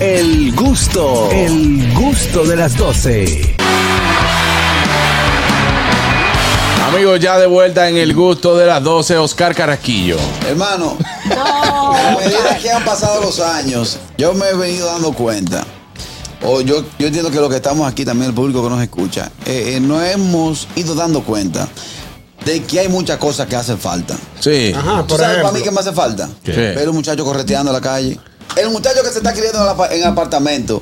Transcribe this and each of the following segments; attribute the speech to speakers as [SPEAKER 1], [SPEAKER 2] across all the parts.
[SPEAKER 1] El gusto, el gusto de las 12.
[SPEAKER 2] Amigos, ya de vuelta en el gusto de las 12, Oscar Carrasquillo.
[SPEAKER 3] Hermano, a medida que han pasado los años, yo me he venido dando cuenta. O yo, yo entiendo que los que estamos aquí, también el público que nos escucha, eh, eh, nos hemos ido dando cuenta de que hay muchas cosas que hacen falta.
[SPEAKER 2] Sí.
[SPEAKER 4] Ajá,
[SPEAKER 3] ¿Tú
[SPEAKER 4] por
[SPEAKER 3] sabes para mí
[SPEAKER 4] ejemplo.
[SPEAKER 3] qué me hace falta?
[SPEAKER 2] ¿Qué?
[SPEAKER 3] Ver un muchacho correteando en la calle. El muchacho que se está criando en, el apa- en el apartamento.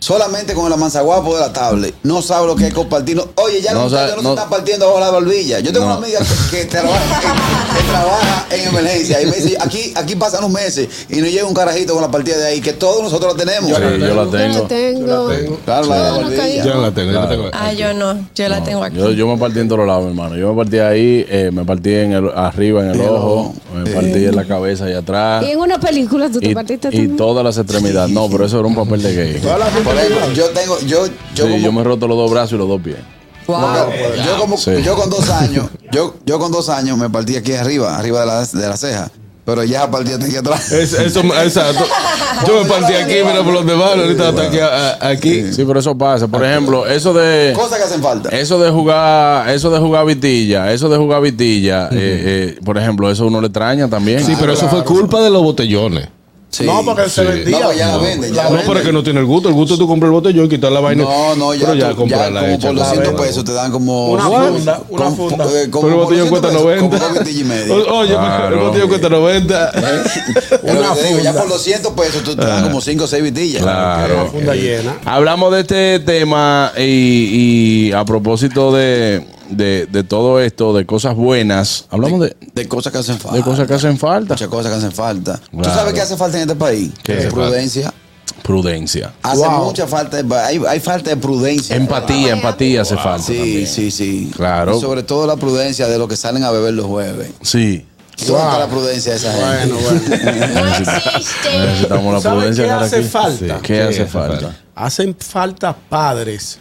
[SPEAKER 3] Solamente con el amanzaguapo de la tablet. No sabe lo que es compartir. No- Oye, ya
[SPEAKER 2] No
[SPEAKER 3] los muchachos
[SPEAKER 2] sabe-
[SPEAKER 3] no,
[SPEAKER 2] no-
[SPEAKER 3] se están partiendo bajo la barbilla. Yo tengo
[SPEAKER 2] No.
[SPEAKER 3] una amiga que, que trabaja, que, que trabaja en emergencia. Y me dice, aquí, aquí pasan los meses y no llega un carajito con la partida de ahí, que todos nosotros la tenemos.
[SPEAKER 2] Sí, yo la tengo.
[SPEAKER 5] tengo.
[SPEAKER 3] Claro, la de la
[SPEAKER 5] Yo no
[SPEAKER 3] barbilla.
[SPEAKER 5] caí.
[SPEAKER 4] Yo no la tengo, yo la tengo.
[SPEAKER 5] Ah, yo no. Yo la tengo aquí.
[SPEAKER 2] Yo, yo me partí en todos lados, mi hermano. Yo me partí ahí, eh, me partí en el, arriba en el ojo, me partí en la cabeza y atrás.
[SPEAKER 6] Y en una película tú te
[SPEAKER 2] Y,
[SPEAKER 6] partiste
[SPEAKER 2] y
[SPEAKER 6] también.
[SPEAKER 2] todas las extremidades. No, pero eso era un papel de gay.
[SPEAKER 3] Por ejemplo, yo tengo, yo, yo
[SPEAKER 2] Yo, sí,
[SPEAKER 3] como-
[SPEAKER 2] yo me he roto los dos brazos y los dos pies.
[SPEAKER 7] Ah,
[SPEAKER 5] Wow.
[SPEAKER 7] pues,
[SPEAKER 3] Yo, como,
[SPEAKER 2] Sí.
[SPEAKER 3] yo con dos años, yo, yo con dos años me partí aquí arriba, arriba de la, de la ceja. Pero ya partí hasta aquí atrás.
[SPEAKER 4] Es- eso, exacto. Yo me partí aquí, mira por los demás, ahorita hasta aquí. a- a- aquí.
[SPEAKER 2] Sí, pero eso pasa. Por ejemplo, eso de.
[SPEAKER 3] Cosas que hacen falta.
[SPEAKER 2] Eso de jugar, eso de jugar vitilla, eso de jugar vitilla, eh, eh, por ejemplo, eso uno le extraña también. Ah,
[SPEAKER 4] Sí, pero eso fue culpa de los botellones.
[SPEAKER 3] Sí.
[SPEAKER 7] No, porque se vendía.
[SPEAKER 3] No, pues ya la venden. Ya la
[SPEAKER 4] No,
[SPEAKER 3] venden.
[SPEAKER 4] pero es que no tiene el gusto. El gusto es tú comprar el botellón, quitar la vaina.
[SPEAKER 3] No, no, ya,
[SPEAKER 4] Pero
[SPEAKER 3] tú-
[SPEAKER 4] ya
[SPEAKER 3] ya
[SPEAKER 4] comprarla
[SPEAKER 3] como
[SPEAKER 4] hecha,
[SPEAKER 3] por los
[SPEAKER 4] comprarla.
[SPEAKER 3] 100 pesos te dan como...
[SPEAKER 7] Una
[SPEAKER 3] como-
[SPEAKER 7] funda, una
[SPEAKER 3] como-
[SPEAKER 7] funda.
[SPEAKER 3] eh, como
[SPEAKER 4] Pero el
[SPEAKER 3] por
[SPEAKER 4] botellón cuesta
[SPEAKER 3] 200 pesos, como
[SPEAKER 4] 90.
[SPEAKER 3] dos vitilla y media.
[SPEAKER 4] O- Oye,
[SPEAKER 2] Claro.
[SPEAKER 4] el botellón cuesta 90.
[SPEAKER 3] Pero
[SPEAKER 7] una
[SPEAKER 3] te digo, ya
[SPEAKER 7] funda.
[SPEAKER 3] por los 100 pesos tú te dan como 5 o 6 vitillas.
[SPEAKER 2] Claro. Eh,
[SPEAKER 7] La funda llena.
[SPEAKER 2] Hablamos de este tema y, y a propósito de, de- de todo esto, de cosas buenas, hablamos de,
[SPEAKER 3] De cosas que hacen falta.
[SPEAKER 2] de cosas que hacen falta.
[SPEAKER 3] Muchas cosas que hacen falta. ¿Tú
[SPEAKER 2] Claro.
[SPEAKER 3] sabes qué hace falta en este país?
[SPEAKER 2] ¿Qué hace falta?
[SPEAKER 3] Prudencia.
[SPEAKER 2] Prudencia.
[SPEAKER 3] Hace
[SPEAKER 7] Wow.
[SPEAKER 3] mucha falta, de- hay, hay falta de prudencia.
[SPEAKER 2] Empatía, empatía hace falta.
[SPEAKER 3] Sí,
[SPEAKER 2] también.
[SPEAKER 3] sí, sí.
[SPEAKER 2] Claro.
[SPEAKER 3] Y sobre todo la prudencia de los que salen a beber los jueves.
[SPEAKER 2] Sí.
[SPEAKER 3] ¿Dónde está la prudencia de esa gente?
[SPEAKER 7] Bueno, bueno.
[SPEAKER 5] No existe.
[SPEAKER 2] Necesitamos la
[SPEAKER 7] ¿Sabes
[SPEAKER 2] prudencia.
[SPEAKER 7] qué
[SPEAKER 2] cara,
[SPEAKER 7] hace
[SPEAKER 2] aquí.
[SPEAKER 7] falta?
[SPEAKER 2] ¿Qué hace falta?
[SPEAKER 7] Hacen falta padres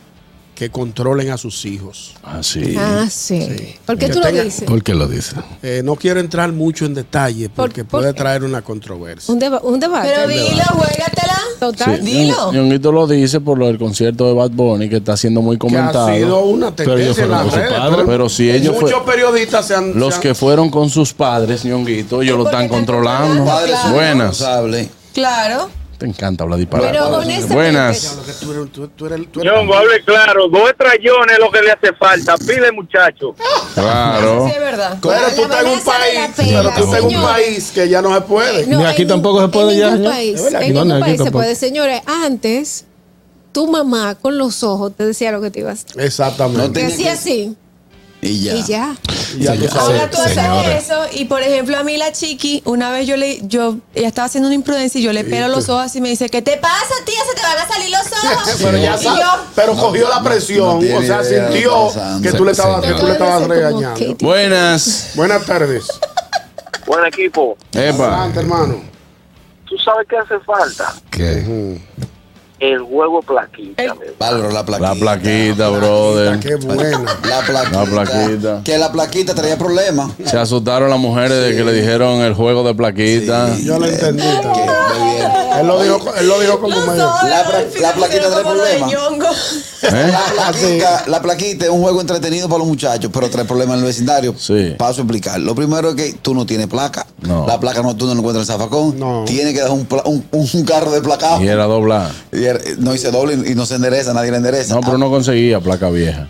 [SPEAKER 7] que controlen a sus hijos.
[SPEAKER 2] Ah, sí.
[SPEAKER 6] Ah, sí. ¿Por qué
[SPEAKER 7] Que
[SPEAKER 6] tú lo
[SPEAKER 7] tenga-
[SPEAKER 6] dices?
[SPEAKER 4] ¿Por qué lo dice?
[SPEAKER 7] Eh, no quiero entrar mucho en detalle
[SPEAKER 6] ¿Por-
[SPEAKER 7] porque
[SPEAKER 6] por
[SPEAKER 7] puede
[SPEAKER 6] qué?
[SPEAKER 7] traer una controversia.
[SPEAKER 6] Un, deba- un debate.
[SPEAKER 5] Pero dilo, juégatela.
[SPEAKER 6] Total.
[SPEAKER 2] Sí.
[SPEAKER 5] Ah, Dilo.
[SPEAKER 2] Ñonguito lo dice por lo del concierto de Bad Bunny que está siendo muy
[SPEAKER 7] Que
[SPEAKER 2] comentado.
[SPEAKER 7] ha sido una
[SPEAKER 4] Pero ellos
[SPEAKER 7] tendencia en
[SPEAKER 4] fueron
[SPEAKER 7] las
[SPEAKER 4] con su
[SPEAKER 7] redes.
[SPEAKER 4] padre.
[SPEAKER 7] todo el-
[SPEAKER 2] Pero si ellos
[SPEAKER 7] Muchos
[SPEAKER 2] fue-
[SPEAKER 7] periodistas se han...
[SPEAKER 2] Los
[SPEAKER 7] se
[SPEAKER 2] que
[SPEAKER 7] han-
[SPEAKER 2] fueron con sus padres, Ñonguito, ellos lo
[SPEAKER 5] Porque
[SPEAKER 2] están
[SPEAKER 5] están
[SPEAKER 2] controlando.
[SPEAKER 5] controlando, Padres claro.
[SPEAKER 2] Buenas.
[SPEAKER 3] Responsable.
[SPEAKER 5] Claro.
[SPEAKER 2] Te encanta hablar
[SPEAKER 5] Pero
[SPEAKER 2] disparate.
[SPEAKER 5] honestamente-
[SPEAKER 2] Buenas.
[SPEAKER 7] Lo que tú eres- tú- tú eres- tú eres-
[SPEAKER 8] Ñongo, hable claro, dos trayones es lo que le hace falta, pile muchacho.
[SPEAKER 5] Eso
[SPEAKER 2] Claro.
[SPEAKER 5] sí es verdad.
[SPEAKER 7] Pero tú
[SPEAKER 6] La
[SPEAKER 7] estás en un
[SPEAKER 6] balanza de la
[SPEAKER 7] país,
[SPEAKER 6] pera,
[SPEAKER 7] pero tú estás en un
[SPEAKER 6] señores.
[SPEAKER 7] país que ya no se puede.
[SPEAKER 4] Ni aquí
[SPEAKER 6] en
[SPEAKER 4] tampoco se
[SPEAKER 6] nin-
[SPEAKER 4] puede
[SPEAKER 6] en
[SPEAKER 4] ya,
[SPEAKER 6] ningún
[SPEAKER 4] señor.
[SPEAKER 6] país,
[SPEAKER 4] Es verdad que
[SPEAKER 6] en
[SPEAKER 4] no,
[SPEAKER 6] ningún
[SPEAKER 4] aquí
[SPEAKER 6] país se
[SPEAKER 4] tampoco.
[SPEAKER 6] puede. Señores, antes tu mamá con los ojos te decía lo que te ibas a
[SPEAKER 3] No
[SPEAKER 7] Exactamente.
[SPEAKER 3] te-
[SPEAKER 6] hacer.
[SPEAKER 3] Tenía
[SPEAKER 6] Así,
[SPEAKER 3] que-
[SPEAKER 6] así.
[SPEAKER 3] Y ya.
[SPEAKER 6] Y ya.
[SPEAKER 7] Ya tú sabes.
[SPEAKER 5] Ahora tú haces
[SPEAKER 4] señores.
[SPEAKER 5] eso y por ejemplo a mí la chiqui, una vez yo le, yo, ella estaba haciendo una imprudencia y yo le pelo los ojos y me dice, ¿qué te pasa tía? Se te van a salir los ojos.
[SPEAKER 7] Pero ya
[SPEAKER 5] Y
[SPEAKER 7] sabes,
[SPEAKER 5] yo,
[SPEAKER 7] pero cogió la
[SPEAKER 3] no
[SPEAKER 7] presión,
[SPEAKER 3] tiene
[SPEAKER 7] o
[SPEAKER 3] idea
[SPEAKER 7] sea,
[SPEAKER 3] de lo que
[SPEAKER 7] sintió
[SPEAKER 3] está pasando.
[SPEAKER 7] que tú le estabas, que tú le
[SPEAKER 6] Yo
[SPEAKER 7] estabas
[SPEAKER 6] no sé cómo
[SPEAKER 7] regañando.
[SPEAKER 6] que-
[SPEAKER 2] Buenas.
[SPEAKER 7] Buenas tardes.
[SPEAKER 8] Buen equipo,
[SPEAKER 2] Epa.
[SPEAKER 7] Adelante, hermano.
[SPEAKER 8] ¿tú sabes qué hace falta?
[SPEAKER 4] ¿Qué?
[SPEAKER 8] El juego plaquita. mi hermano.
[SPEAKER 3] Bárbaro, la plaquita.
[SPEAKER 2] La plaquita, brother.
[SPEAKER 7] Qué bueno.
[SPEAKER 3] La plaquita.
[SPEAKER 2] La plaquita.
[SPEAKER 3] Que la plaquita traía problemas.
[SPEAKER 2] Se asustaron las mujeres de que le dijeron el juego de plaquita.
[SPEAKER 7] Yo lo entendí
[SPEAKER 3] Que,
[SPEAKER 7] también.
[SPEAKER 3] muy bien.
[SPEAKER 7] Él lo dijo, él lo dijo como
[SPEAKER 5] los
[SPEAKER 7] medio.
[SPEAKER 5] ojos.
[SPEAKER 3] La pra-
[SPEAKER 5] al fin
[SPEAKER 3] la
[SPEAKER 5] se
[SPEAKER 3] plaquita
[SPEAKER 5] quedó
[SPEAKER 3] trae
[SPEAKER 5] como de
[SPEAKER 3] problemas.
[SPEAKER 5] ñongo.
[SPEAKER 2] ¿Eh?
[SPEAKER 3] La plaquita, la plaquita es un juego entretenido para los muchachos, pero trae problemas en el vecindario.
[SPEAKER 2] Sí.
[SPEAKER 3] Paso a explicar. Lo primero es que tú no tienes placa.
[SPEAKER 2] No.
[SPEAKER 3] La placa no, tú no encuentras el zafacón.
[SPEAKER 7] No.
[SPEAKER 3] Tienes que dejar un, pla- un, un carro de placado.
[SPEAKER 2] Y era doblar.
[SPEAKER 3] Y era- no, y se doble y no se endereza, nadie le endereza.
[SPEAKER 2] No, pero no conseguía placa vieja.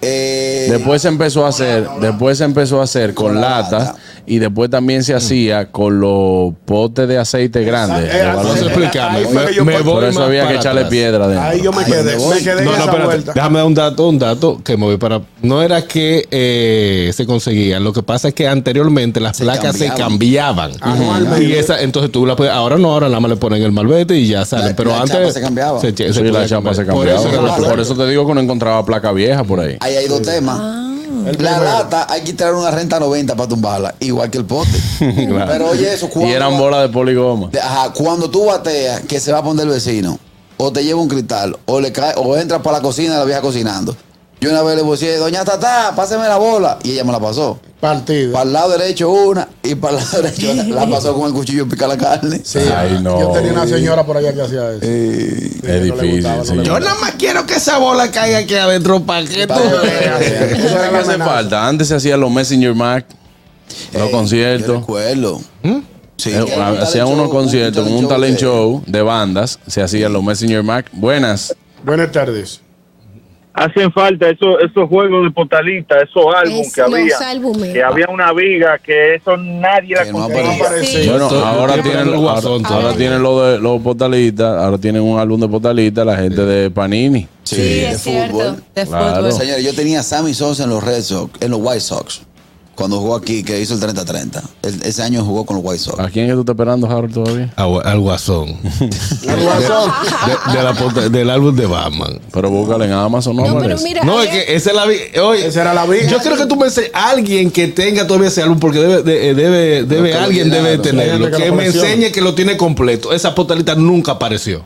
[SPEAKER 3] Eh,
[SPEAKER 2] Después se empezó a hacer, después se empezó a hacer con
[SPEAKER 3] Con lata.
[SPEAKER 2] latas y después también se hacía con los potes de aceite grandes.
[SPEAKER 7] Eh,
[SPEAKER 2] de
[SPEAKER 4] Vamos a
[SPEAKER 2] balón.
[SPEAKER 7] aceite.
[SPEAKER 4] explicarme.
[SPEAKER 7] Ahí fue que yo-
[SPEAKER 4] Me, me voy
[SPEAKER 2] Por eso
[SPEAKER 4] más
[SPEAKER 2] había que
[SPEAKER 4] para
[SPEAKER 2] echarle
[SPEAKER 4] atrás.
[SPEAKER 2] piedra
[SPEAKER 7] Ahí
[SPEAKER 2] adentro.
[SPEAKER 7] yo me quedé, me quedé en
[SPEAKER 4] No, no,
[SPEAKER 7] esa
[SPEAKER 4] espérate.
[SPEAKER 7] vuelta.
[SPEAKER 4] Déjame dar un dato, un dato que me voy para. No era que eh, se conseguían. Lo que pasa es que anteriormente las placas se cambiaban.
[SPEAKER 2] Ah,
[SPEAKER 7] Anualmente.
[SPEAKER 4] Y esa, entonces tú la puedes. Ahora no, ahora nada más le ponen el malvete y ya salen.
[SPEAKER 3] La-
[SPEAKER 4] Pero
[SPEAKER 3] la
[SPEAKER 4] antes.
[SPEAKER 3] chapa se cambiaba.
[SPEAKER 4] che-
[SPEAKER 2] Sí,
[SPEAKER 4] podía
[SPEAKER 2] la chapa se cambiaba.
[SPEAKER 4] cambiar. Por eso era la placa.
[SPEAKER 2] Ah, Por eso te digo que no encontraba placa vieja por ahí.
[SPEAKER 3] ahí hay dos temas. La lata hay que traer una renta 90 para tumbarla, igual que el pote.
[SPEAKER 2] Claro.
[SPEAKER 3] Pero oye eso,
[SPEAKER 2] Y
[SPEAKER 3] cuando,
[SPEAKER 2] eran bolas de poligoma.
[SPEAKER 3] de- ajá, cuando tú bateas, que se va a poner el vecino, o te lleva un cristal, o le cae, o entra para la cocina la vieja cocinando. Yo una vez le puse, doña Tata, páseme la bola. Y ella me la pasó.
[SPEAKER 7] Partido.
[SPEAKER 3] Para el lado derecho una y para el lado derecho la, la pasó con el cuchillo y pica la carne.
[SPEAKER 7] Sí,
[SPEAKER 2] Ay, no.
[SPEAKER 7] Yo tenía una señora por allá que hacía eso.
[SPEAKER 3] Eh,
[SPEAKER 2] Es difícil, sí.
[SPEAKER 4] Yo nada más quiero que esa bola caiga aquí adentro para que tú veas.
[SPEAKER 2] ¿Tú sabes qué hace falta? Antes se hacían los Messenger Mac, los
[SPEAKER 3] eh, Yo
[SPEAKER 2] conciertos.
[SPEAKER 3] recuerdo. Sí,
[SPEAKER 2] Eh,
[SPEAKER 3] era un
[SPEAKER 2] hacían
[SPEAKER 3] talent
[SPEAKER 2] unos
[SPEAKER 3] show,
[SPEAKER 2] conciertos, un, talent
[SPEAKER 3] que-
[SPEAKER 2] show de bandas, se hacían los Messenger Mac. Buenas.
[SPEAKER 7] Buenas tardes.
[SPEAKER 8] Hacen falta eso, esos juegos de portalita, esos álbumes
[SPEAKER 6] Es
[SPEAKER 8] que
[SPEAKER 6] los
[SPEAKER 8] había.
[SPEAKER 6] álbumes.
[SPEAKER 8] Que había una viga, que eso nadie la
[SPEAKER 3] Que no
[SPEAKER 8] conseguía.
[SPEAKER 3] aparecía.
[SPEAKER 7] Parece.
[SPEAKER 6] Sí.
[SPEAKER 2] Bueno,
[SPEAKER 4] Yo
[SPEAKER 2] ahora
[SPEAKER 4] creo que
[SPEAKER 2] tienen,
[SPEAKER 4] era el
[SPEAKER 2] ahora,
[SPEAKER 4] guasón
[SPEAKER 2] ahora
[SPEAKER 6] todavía.
[SPEAKER 2] tienen lo de los portalistas, ahora tienen un álbum de portalistas, la gente de Panini.
[SPEAKER 3] Sí,
[SPEAKER 5] Sí,
[SPEAKER 3] de
[SPEAKER 5] es cierto.
[SPEAKER 3] fútbol.
[SPEAKER 5] De
[SPEAKER 2] Claro.
[SPEAKER 5] fútbol.
[SPEAKER 3] Señores, yo tenía a Sammy Sosa en los Red Sox, en los White Sox. Cuando jugó aquí, que hizo el 30-30. El- Ese año jugó con los White Sox.
[SPEAKER 2] ¿A quién es que tú estás esperando, Harold, todavía?
[SPEAKER 4] Al al guasón. De- de la porta- del álbum de Batman.
[SPEAKER 2] Pero búscala en Amazon, no,
[SPEAKER 6] No, pero
[SPEAKER 2] aparece.
[SPEAKER 6] mira,
[SPEAKER 4] No, es
[SPEAKER 6] había-
[SPEAKER 4] que esa es la vi- oye,
[SPEAKER 7] Esa era la vida.
[SPEAKER 4] Yo creo que tú me enseñes a alguien que tenga todavía ese álbum, porque debe, de- eh, debe, debe
[SPEAKER 3] que lo
[SPEAKER 4] alguien
[SPEAKER 3] llenaron,
[SPEAKER 4] debe
[SPEAKER 3] la
[SPEAKER 4] tenerlo.
[SPEAKER 7] gente que
[SPEAKER 4] Que
[SPEAKER 7] lo
[SPEAKER 4] me
[SPEAKER 7] colecciona.
[SPEAKER 4] enseñe que lo tiene completo. Esa portalita nunca apareció.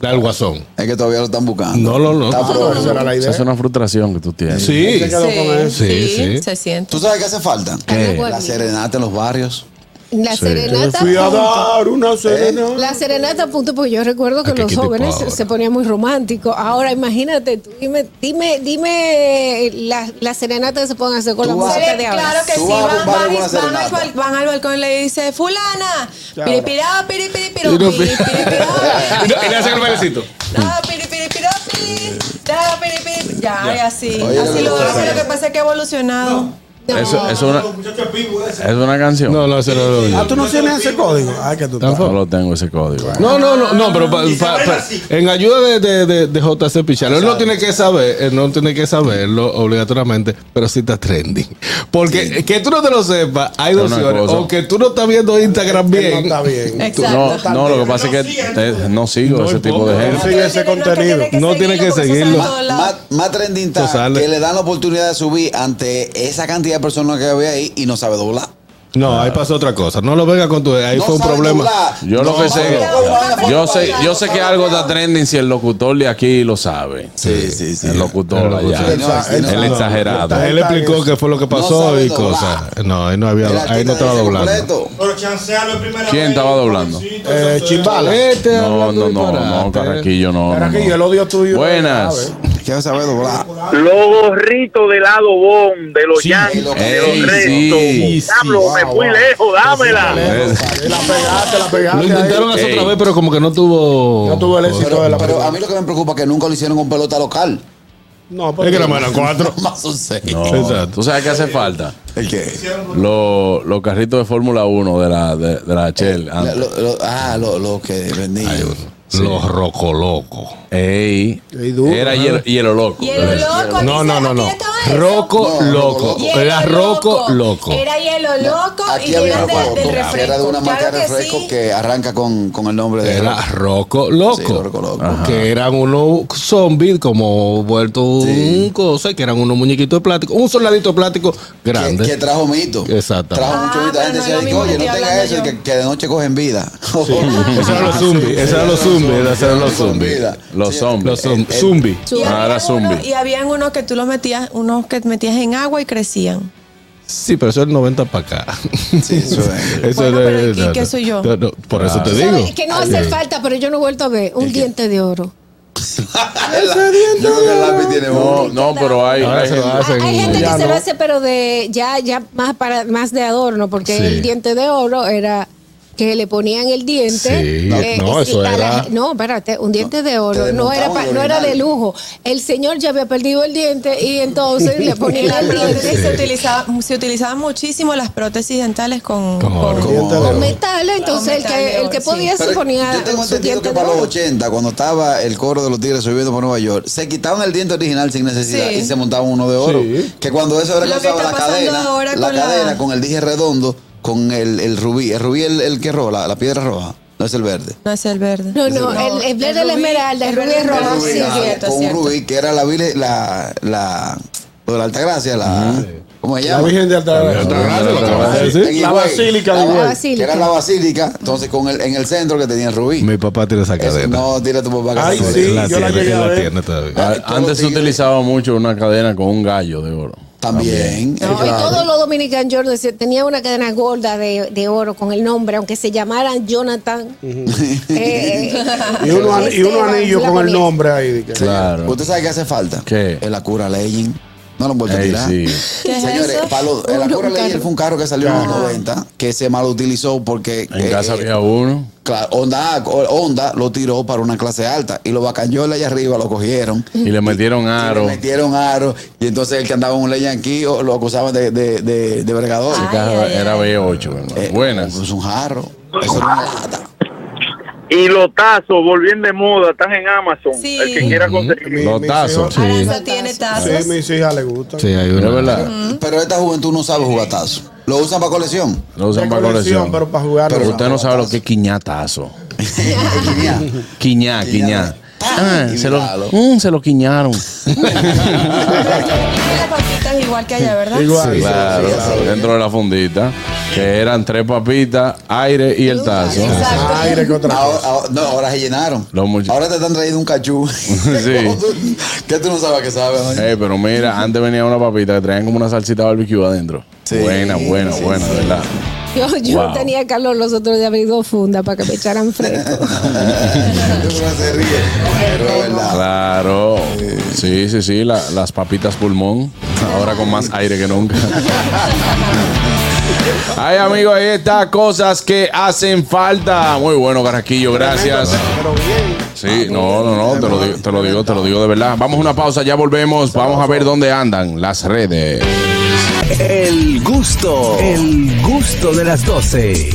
[SPEAKER 4] La del guasón.
[SPEAKER 3] Es que todavía lo están buscando.
[SPEAKER 4] No, no, no.
[SPEAKER 3] Está
[SPEAKER 7] No,
[SPEAKER 3] pro-
[SPEAKER 7] esa era la
[SPEAKER 2] Esa
[SPEAKER 7] idea.
[SPEAKER 2] es una frustración que tú tienes.
[SPEAKER 4] Sí.
[SPEAKER 7] Se quedó con eso.
[SPEAKER 4] Sí, sí.
[SPEAKER 5] se siente.
[SPEAKER 3] ¿Tú sabes qué hace falta?
[SPEAKER 6] ¿Qué?
[SPEAKER 3] La serenata en los barrios.
[SPEAKER 6] la serenata.
[SPEAKER 7] Fui a
[SPEAKER 6] punto.
[SPEAKER 7] dar una serenata.
[SPEAKER 6] La serenata, punto, porque yo recuerdo que
[SPEAKER 4] Hay que
[SPEAKER 6] los
[SPEAKER 4] quitar
[SPEAKER 6] jóvenes
[SPEAKER 4] ahora.
[SPEAKER 6] se ponían muy románticos. Ahora, imagínate, tú, dime, dime, dime eh, la, la serenata que se pueden hacer con
[SPEAKER 3] Tú
[SPEAKER 6] la
[SPEAKER 3] vas-
[SPEAKER 6] música de ahora.
[SPEAKER 5] Claro que sí,
[SPEAKER 3] Tú vas a
[SPEAKER 5] van,
[SPEAKER 3] un bar
[SPEAKER 5] van,
[SPEAKER 3] y
[SPEAKER 5] y-
[SPEAKER 3] una
[SPEAKER 5] van al,
[SPEAKER 3] serenata.
[SPEAKER 5] bal- van al balcón y le dice, fulana, ah,
[SPEAKER 7] Claro.
[SPEAKER 5] piripirá, piripiripiró,
[SPEAKER 4] Y no-
[SPEAKER 5] piripiripirá,
[SPEAKER 4] Y le hacen el bailecito.
[SPEAKER 5] da, piripiripiró, ah, piri, da, piripiripiró. Ya, y así,
[SPEAKER 3] Oye,
[SPEAKER 5] así
[SPEAKER 3] lo
[SPEAKER 5] lo
[SPEAKER 3] que
[SPEAKER 5] hace,
[SPEAKER 3] pasa
[SPEAKER 5] lo que pasa es que ha evolucionado.
[SPEAKER 2] Eso, es una, es una canción.
[SPEAKER 4] No, no, ese no lo
[SPEAKER 7] Ah, tú no tienes ese código. Ah, que tú
[SPEAKER 2] No
[SPEAKER 4] Tampoco.
[SPEAKER 2] lo tengo ese código.
[SPEAKER 4] No, no, no, no, pero pa- pa- pa- en ayuda de, de, de- de JC Pichalo, él no tiene que saber, él no tiene que saberlo obligatoriamente, pero sí está trending. Porque eh, que tú no te lo sepas, hay
[SPEAKER 2] Es
[SPEAKER 4] dos
[SPEAKER 2] una
[SPEAKER 4] opciones.
[SPEAKER 2] cosa.
[SPEAKER 4] O que tú no estás viendo Instagram
[SPEAKER 7] Él no
[SPEAKER 4] bien.
[SPEAKER 7] está bien.
[SPEAKER 2] No,
[SPEAKER 5] Exacto.
[SPEAKER 2] no, lo que pasa es que te- no sigo
[SPEAKER 4] No
[SPEAKER 2] ese tipo de
[SPEAKER 4] importa.
[SPEAKER 2] gente.
[SPEAKER 7] sigue ese contenido.
[SPEAKER 4] No tiene que seguirlo.
[SPEAKER 3] Más, más, más trending está
[SPEAKER 4] Eso sale.
[SPEAKER 3] que le dan la oportunidad de subir ante esa cantidad de personas que había ahí y no sabe doblar.
[SPEAKER 4] No, ahí pasó otra cosa. No lo venga con tu. Ahí
[SPEAKER 3] No
[SPEAKER 4] fue un
[SPEAKER 3] sabe
[SPEAKER 4] problema.
[SPEAKER 3] doblar.
[SPEAKER 2] Yo lo
[SPEAKER 3] No
[SPEAKER 2] que
[SPEAKER 3] sabe
[SPEAKER 2] sé,
[SPEAKER 3] doblar.
[SPEAKER 2] yo sé, yo sé
[SPEAKER 3] No
[SPEAKER 2] que
[SPEAKER 3] sabe
[SPEAKER 2] algo
[SPEAKER 3] doblar.
[SPEAKER 2] está trending si el locutor de aquí lo sabe.
[SPEAKER 3] Sí, sí, sí.
[SPEAKER 2] El locutor
[SPEAKER 4] El
[SPEAKER 2] allá.
[SPEAKER 4] locutor.
[SPEAKER 3] Sí, no, sí,
[SPEAKER 2] El
[SPEAKER 3] no.
[SPEAKER 2] exagerado.
[SPEAKER 4] Él explicó qué fue lo que pasó
[SPEAKER 3] sabe
[SPEAKER 4] y
[SPEAKER 3] doblar.
[SPEAKER 4] cosas. No, ahí no había.
[SPEAKER 3] El
[SPEAKER 4] Ahí no
[SPEAKER 3] artista
[SPEAKER 4] estaba
[SPEAKER 3] dice
[SPEAKER 4] doblando.
[SPEAKER 3] completo.
[SPEAKER 9] Pero chancealo en primera
[SPEAKER 2] ¿Quién
[SPEAKER 9] vez,
[SPEAKER 2] estaba doblando?
[SPEAKER 9] pobrecito,
[SPEAKER 7] Eh,
[SPEAKER 9] eso es-
[SPEAKER 7] Chimbala.
[SPEAKER 4] Este
[SPEAKER 2] No,
[SPEAKER 4] hablando
[SPEAKER 2] no, no,
[SPEAKER 4] disparate.
[SPEAKER 2] no, Carraquillo, no. no,
[SPEAKER 7] Era que yo el
[SPEAKER 2] no.
[SPEAKER 7] odio tuyo.
[SPEAKER 2] Buenas.
[SPEAKER 7] ¿sabes?
[SPEAKER 3] Que sabe doblar.
[SPEAKER 8] Los gorritos de lado bom, de los
[SPEAKER 4] Sí.
[SPEAKER 8] Yankees, de
[SPEAKER 2] Ey,
[SPEAKER 8] los
[SPEAKER 2] sí.
[SPEAKER 8] restos. Diablo, me
[SPEAKER 7] Wow,
[SPEAKER 8] fui
[SPEAKER 7] wow.
[SPEAKER 8] lejos, dámela.
[SPEAKER 4] Eh,
[SPEAKER 7] La pegaste, la pegaste.
[SPEAKER 4] Lo intentaron
[SPEAKER 7] ahí.
[SPEAKER 4] hacer otra
[SPEAKER 2] Ey.
[SPEAKER 4] vez, pero como que no tuvo.
[SPEAKER 7] No tuve el éxito de
[SPEAKER 3] Pero,
[SPEAKER 7] la
[SPEAKER 3] pero a
[SPEAKER 7] película.
[SPEAKER 3] mí lo que me preocupa es que nunca lo hicieron con pelota local.
[SPEAKER 7] No,
[SPEAKER 4] Es que
[SPEAKER 7] porque
[SPEAKER 4] la mano cuatro.
[SPEAKER 3] Más un seis.
[SPEAKER 2] No. ¿Tú sabes qué hace falta?
[SPEAKER 3] ¿El qué?
[SPEAKER 2] Los los carritos de Fórmula 1 de la, de, de la Shell.
[SPEAKER 3] La-
[SPEAKER 2] antes.
[SPEAKER 3] lo- lo- ah, lo, lo que vendía.
[SPEAKER 4] Los rocolocos.
[SPEAKER 2] Ey.
[SPEAKER 7] Ey, duro,
[SPEAKER 2] Era
[SPEAKER 7] ¿no?
[SPEAKER 2] hielo, hielo loco.
[SPEAKER 5] Hielo loco.
[SPEAKER 4] No,
[SPEAKER 5] aquí
[SPEAKER 4] no,
[SPEAKER 5] se-
[SPEAKER 4] no,
[SPEAKER 5] aquí
[SPEAKER 4] no.
[SPEAKER 5] estaba eso.
[SPEAKER 4] Roco
[SPEAKER 3] No,
[SPEAKER 4] loco.
[SPEAKER 5] Hielo
[SPEAKER 4] Era roco loco.
[SPEAKER 5] Era hielo loco
[SPEAKER 3] Aquí
[SPEAKER 5] y
[SPEAKER 3] había
[SPEAKER 5] era
[SPEAKER 3] ropa
[SPEAKER 5] de- del
[SPEAKER 3] loca.
[SPEAKER 5] refresco.
[SPEAKER 3] Era de una marca
[SPEAKER 5] claro
[SPEAKER 3] de refresco
[SPEAKER 5] que sí.
[SPEAKER 3] que arranca con, con el nombre de.
[SPEAKER 4] Era roco loco.
[SPEAKER 3] Sí, Roco Loco.
[SPEAKER 4] Ajá. Que eran unos zombies como vuelto
[SPEAKER 3] Sí.
[SPEAKER 4] un cosa, que eran unos muñequitos de plástico, un soldadito de plástico
[SPEAKER 3] Que,
[SPEAKER 4] grande.
[SPEAKER 3] que trajo mito.
[SPEAKER 4] Exacto.
[SPEAKER 3] Trajo
[SPEAKER 5] Ah,
[SPEAKER 3] mucho mito. La
[SPEAKER 5] pero
[SPEAKER 3] gente
[SPEAKER 5] no es
[SPEAKER 3] decía,
[SPEAKER 5] lo mismo
[SPEAKER 3] oye,
[SPEAKER 5] que
[SPEAKER 3] no
[SPEAKER 5] estoy
[SPEAKER 3] tenga
[SPEAKER 5] hablando
[SPEAKER 3] eso,
[SPEAKER 5] yo".
[SPEAKER 3] que, que de noche cogen vida.
[SPEAKER 4] Esos eran los zombies, esos eran los zombies, esos eran los zombies.
[SPEAKER 2] Los
[SPEAKER 4] Los
[SPEAKER 2] zombies.
[SPEAKER 4] zombies. Zombies.
[SPEAKER 5] Y
[SPEAKER 2] Ah, era
[SPEAKER 5] habían unos-
[SPEAKER 2] zombi.
[SPEAKER 5] y habían unos que tú los metías, unos que metías en agua y crecían.
[SPEAKER 4] Sí, pero eso es 90 para acá.
[SPEAKER 3] Sí, eso es.
[SPEAKER 4] Eso
[SPEAKER 5] Bueno,
[SPEAKER 4] es-
[SPEAKER 5] pero ¿y qué- qué soy yo?
[SPEAKER 4] No, no, por eso te
[SPEAKER 6] Tú
[SPEAKER 4] digo.
[SPEAKER 6] sabes Que no hace falta, pero yo no he vuelto a ver un diente de oro.
[SPEAKER 3] Yo creo que el lápiz tiene
[SPEAKER 2] No,
[SPEAKER 3] uno.
[SPEAKER 2] no, pero hay.
[SPEAKER 4] Ahora
[SPEAKER 2] hay
[SPEAKER 4] se lo
[SPEAKER 2] gente-
[SPEAKER 4] hacen.
[SPEAKER 6] Hay gente
[SPEAKER 7] Ya
[SPEAKER 6] que se
[SPEAKER 7] no.
[SPEAKER 6] lo hace, pero de ya ya más para más de adorno, porque
[SPEAKER 4] Sí.
[SPEAKER 6] el diente de oro era que le ponían el diente.
[SPEAKER 4] Sí. No,
[SPEAKER 6] eh,
[SPEAKER 4] eso
[SPEAKER 6] a la-
[SPEAKER 4] era-
[SPEAKER 6] no, espérate, un diente de oro
[SPEAKER 3] te
[SPEAKER 6] no era
[SPEAKER 3] desmontaban
[SPEAKER 6] pa-
[SPEAKER 3] el
[SPEAKER 6] no era de
[SPEAKER 3] original.
[SPEAKER 6] lujo. El señor ya había perdido el diente y entonces le
[SPEAKER 5] En la
[SPEAKER 6] ponían el
[SPEAKER 5] prótesis
[SPEAKER 6] diente
[SPEAKER 5] se, utilizaba, se utilizaban muchísimo las prótesis dentales con,
[SPEAKER 4] Con oro.
[SPEAKER 3] Como-
[SPEAKER 6] con metal, entonces el
[SPEAKER 5] metal de
[SPEAKER 6] que el
[SPEAKER 5] oro,
[SPEAKER 6] que
[SPEAKER 5] sí.
[SPEAKER 6] podía se
[SPEAKER 3] Pero
[SPEAKER 6] ponía
[SPEAKER 3] yo tengo
[SPEAKER 6] su
[SPEAKER 3] entendido que
[SPEAKER 6] diente de
[SPEAKER 3] para los
[SPEAKER 6] oro.
[SPEAKER 3] 80, cuando estaba el coro de los tigres subiendo por Nueva York, se quitaban el diente original sin necesidad
[SPEAKER 5] Sí.
[SPEAKER 3] y se montaban uno de oro.
[SPEAKER 7] Sí.
[SPEAKER 3] Que cuando eso era
[SPEAKER 5] Lo
[SPEAKER 3] que
[SPEAKER 5] que
[SPEAKER 3] usaba
[SPEAKER 5] está
[SPEAKER 3] la
[SPEAKER 5] pasando
[SPEAKER 3] cadena,
[SPEAKER 5] ahora
[SPEAKER 3] la
[SPEAKER 5] con la-
[SPEAKER 3] cadena con el dije redondo, con el, el rubí. El rubí el, el que roba, la, la piedra roja, no es el verde.
[SPEAKER 5] No es el verde.
[SPEAKER 6] No, no,
[SPEAKER 5] No,
[SPEAKER 6] el, el verde
[SPEAKER 5] el
[SPEAKER 6] de la
[SPEAKER 5] rubí,
[SPEAKER 6] esmeralda, el
[SPEAKER 5] el
[SPEAKER 6] rubí
[SPEAKER 5] verde
[SPEAKER 6] es rojo,
[SPEAKER 5] es
[SPEAKER 3] Rubí,
[SPEAKER 6] Ah,
[SPEAKER 3] ah,
[SPEAKER 6] sí,
[SPEAKER 5] rubí,
[SPEAKER 6] es
[SPEAKER 3] ajá,
[SPEAKER 6] cierto.
[SPEAKER 3] con un
[SPEAKER 5] cierto.
[SPEAKER 3] rubí que era la vile- la, la, lo de la Altagracia, la. ¿Cómo ¿Cómo se
[SPEAKER 7] Ah, La
[SPEAKER 3] llama?
[SPEAKER 7] Virgen de
[SPEAKER 4] La Virgen de
[SPEAKER 7] Altagracia.
[SPEAKER 4] Altagracia.
[SPEAKER 3] Sí,
[SPEAKER 4] ¿Sí?
[SPEAKER 3] en Higüey,
[SPEAKER 7] La Basílica de
[SPEAKER 6] La
[SPEAKER 7] Higüey.
[SPEAKER 6] Basílica.
[SPEAKER 3] Que era la basílica, entonces con el, en el centro que tenía el rubí.
[SPEAKER 4] Mi papá tiene esa
[SPEAKER 3] Eso,
[SPEAKER 4] cadena.
[SPEAKER 3] no, tira tu papá. que
[SPEAKER 7] Ay,
[SPEAKER 3] se
[SPEAKER 7] sí,
[SPEAKER 4] Él
[SPEAKER 7] yo la
[SPEAKER 4] tiene,
[SPEAKER 7] llegué
[SPEAKER 4] él
[SPEAKER 7] a ver.
[SPEAKER 4] tiene todavía.
[SPEAKER 2] A-
[SPEAKER 3] Todos los
[SPEAKER 2] Antes se
[SPEAKER 3] tigres.
[SPEAKER 2] utilizaba mucho una cadena con un gallo de oro.
[SPEAKER 3] También.
[SPEAKER 6] No, y todos los dominicanos Jordan se- tenía una cadena gorda de, de oro con el nombre, aunque se llamaran Jonathan. eh,
[SPEAKER 7] Y unos an- y unos
[SPEAKER 6] Esteban,
[SPEAKER 7] anillos
[SPEAKER 6] la
[SPEAKER 7] con el
[SPEAKER 6] ponía.
[SPEAKER 7] nombre ahí. que-
[SPEAKER 2] Claro.
[SPEAKER 3] ¿Usted sabe qué hace falta?
[SPEAKER 2] ¿Qué?
[SPEAKER 3] El Acura Legend. No lo han vuelto a
[SPEAKER 2] Ey,
[SPEAKER 3] tirar.
[SPEAKER 2] sí.
[SPEAKER 5] ¿Qué es
[SPEAKER 3] Señores,
[SPEAKER 5] eso?
[SPEAKER 3] para los- el
[SPEAKER 6] Un-
[SPEAKER 3] Acura
[SPEAKER 6] un
[SPEAKER 3] Legend
[SPEAKER 6] carro.
[SPEAKER 3] fue un carro que salió en los 90 que se mal utilizó porque.
[SPEAKER 2] En
[SPEAKER 3] eh,
[SPEAKER 2] casa
[SPEAKER 3] eh,
[SPEAKER 2] había uno.
[SPEAKER 3] Claro, Honda, Honda lo tiró para una clase alta y los bacañoles allá arriba lo cogieron.
[SPEAKER 2] Y le metieron
[SPEAKER 3] Y
[SPEAKER 2] aro.
[SPEAKER 3] le metieron aro. Y entonces el que andaba en un Legend aquí o- lo acusaban de, de, de, de bregador.
[SPEAKER 5] Ay,
[SPEAKER 2] Caja-
[SPEAKER 5] ay,
[SPEAKER 2] Era
[SPEAKER 5] ay.
[SPEAKER 2] B8. hermano.
[SPEAKER 3] Eh,
[SPEAKER 2] Buenas.
[SPEAKER 3] Eso es un jarro. Eso era una lata.
[SPEAKER 8] Y los tazos, volviendo de moda, están en Amazon.
[SPEAKER 5] Sí.
[SPEAKER 8] El que quiera
[SPEAKER 7] Mi-
[SPEAKER 8] conseguir.
[SPEAKER 2] Los
[SPEAKER 7] mis
[SPEAKER 2] tazos.
[SPEAKER 7] hijos-
[SPEAKER 2] sí.
[SPEAKER 5] Aranza tiene tazos.
[SPEAKER 7] Sí, mis hijas les gustan.
[SPEAKER 4] Sí, hay
[SPEAKER 2] Es
[SPEAKER 4] una.
[SPEAKER 2] verdad.
[SPEAKER 3] Pero esta juventud no sabe jugar tazo. Lo usan para colección.
[SPEAKER 2] Lo usan
[SPEAKER 7] De
[SPEAKER 2] para colección.
[SPEAKER 7] colección, pero para jugar
[SPEAKER 2] Pero
[SPEAKER 7] no.
[SPEAKER 2] usted no sabe lo que es quiñatazo. Quiñá, quiñá.
[SPEAKER 3] Quiñá.
[SPEAKER 2] Ah,
[SPEAKER 3] Y
[SPEAKER 2] se, lo,
[SPEAKER 3] míralo.
[SPEAKER 2] Mm, se lo quiñaron.
[SPEAKER 5] Tiene las papitas igual que allá, ¿verdad?
[SPEAKER 7] Igual. sí,
[SPEAKER 2] Claro,
[SPEAKER 7] sí, sí.
[SPEAKER 2] dentro de la fundita. Que eran tres papitas, aire y el tazo.
[SPEAKER 5] Exacto.
[SPEAKER 7] Aire que otra
[SPEAKER 3] Ahora,
[SPEAKER 7] cosa.
[SPEAKER 3] ahora- no, ahora se llenaron.
[SPEAKER 2] Los much-
[SPEAKER 3] ahora te están trayendo un cachú.
[SPEAKER 2] Sí.
[SPEAKER 3] que tú no sabes que sabes. ¿no?
[SPEAKER 2] Ey, pero mira, antes venía una papita que traían como una salsita barbecue adentro.
[SPEAKER 3] Sí.
[SPEAKER 2] buena, buena, buena, de ¿verdad?
[SPEAKER 6] Yo, yo
[SPEAKER 2] Wow.
[SPEAKER 6] tenía calor los otros días, abrí dos fundas para que me echaran fresco.
[SPEAKER 3] Yo creo que se ríe. Pero es verdad.
[SPEAKER 2] Claro. Sí, sí, sí, la- las papitas pulmón. Ahora con más aire que nunca. Ay, amigo, ahí está. Cosas que hacen falta. Muy bueno, Carraquillo, gracias.
[SPEAKER 7] Pero bien.
[SPEAKER 2] Sí, no, no, no, te lo digo, te lo digo, te lo digo de verdad. Vamos a una pausa, ya volvemos. Vamos a ver dónde andan las redes.
[SPEAKER 1] El gusto, el gusto de las 12.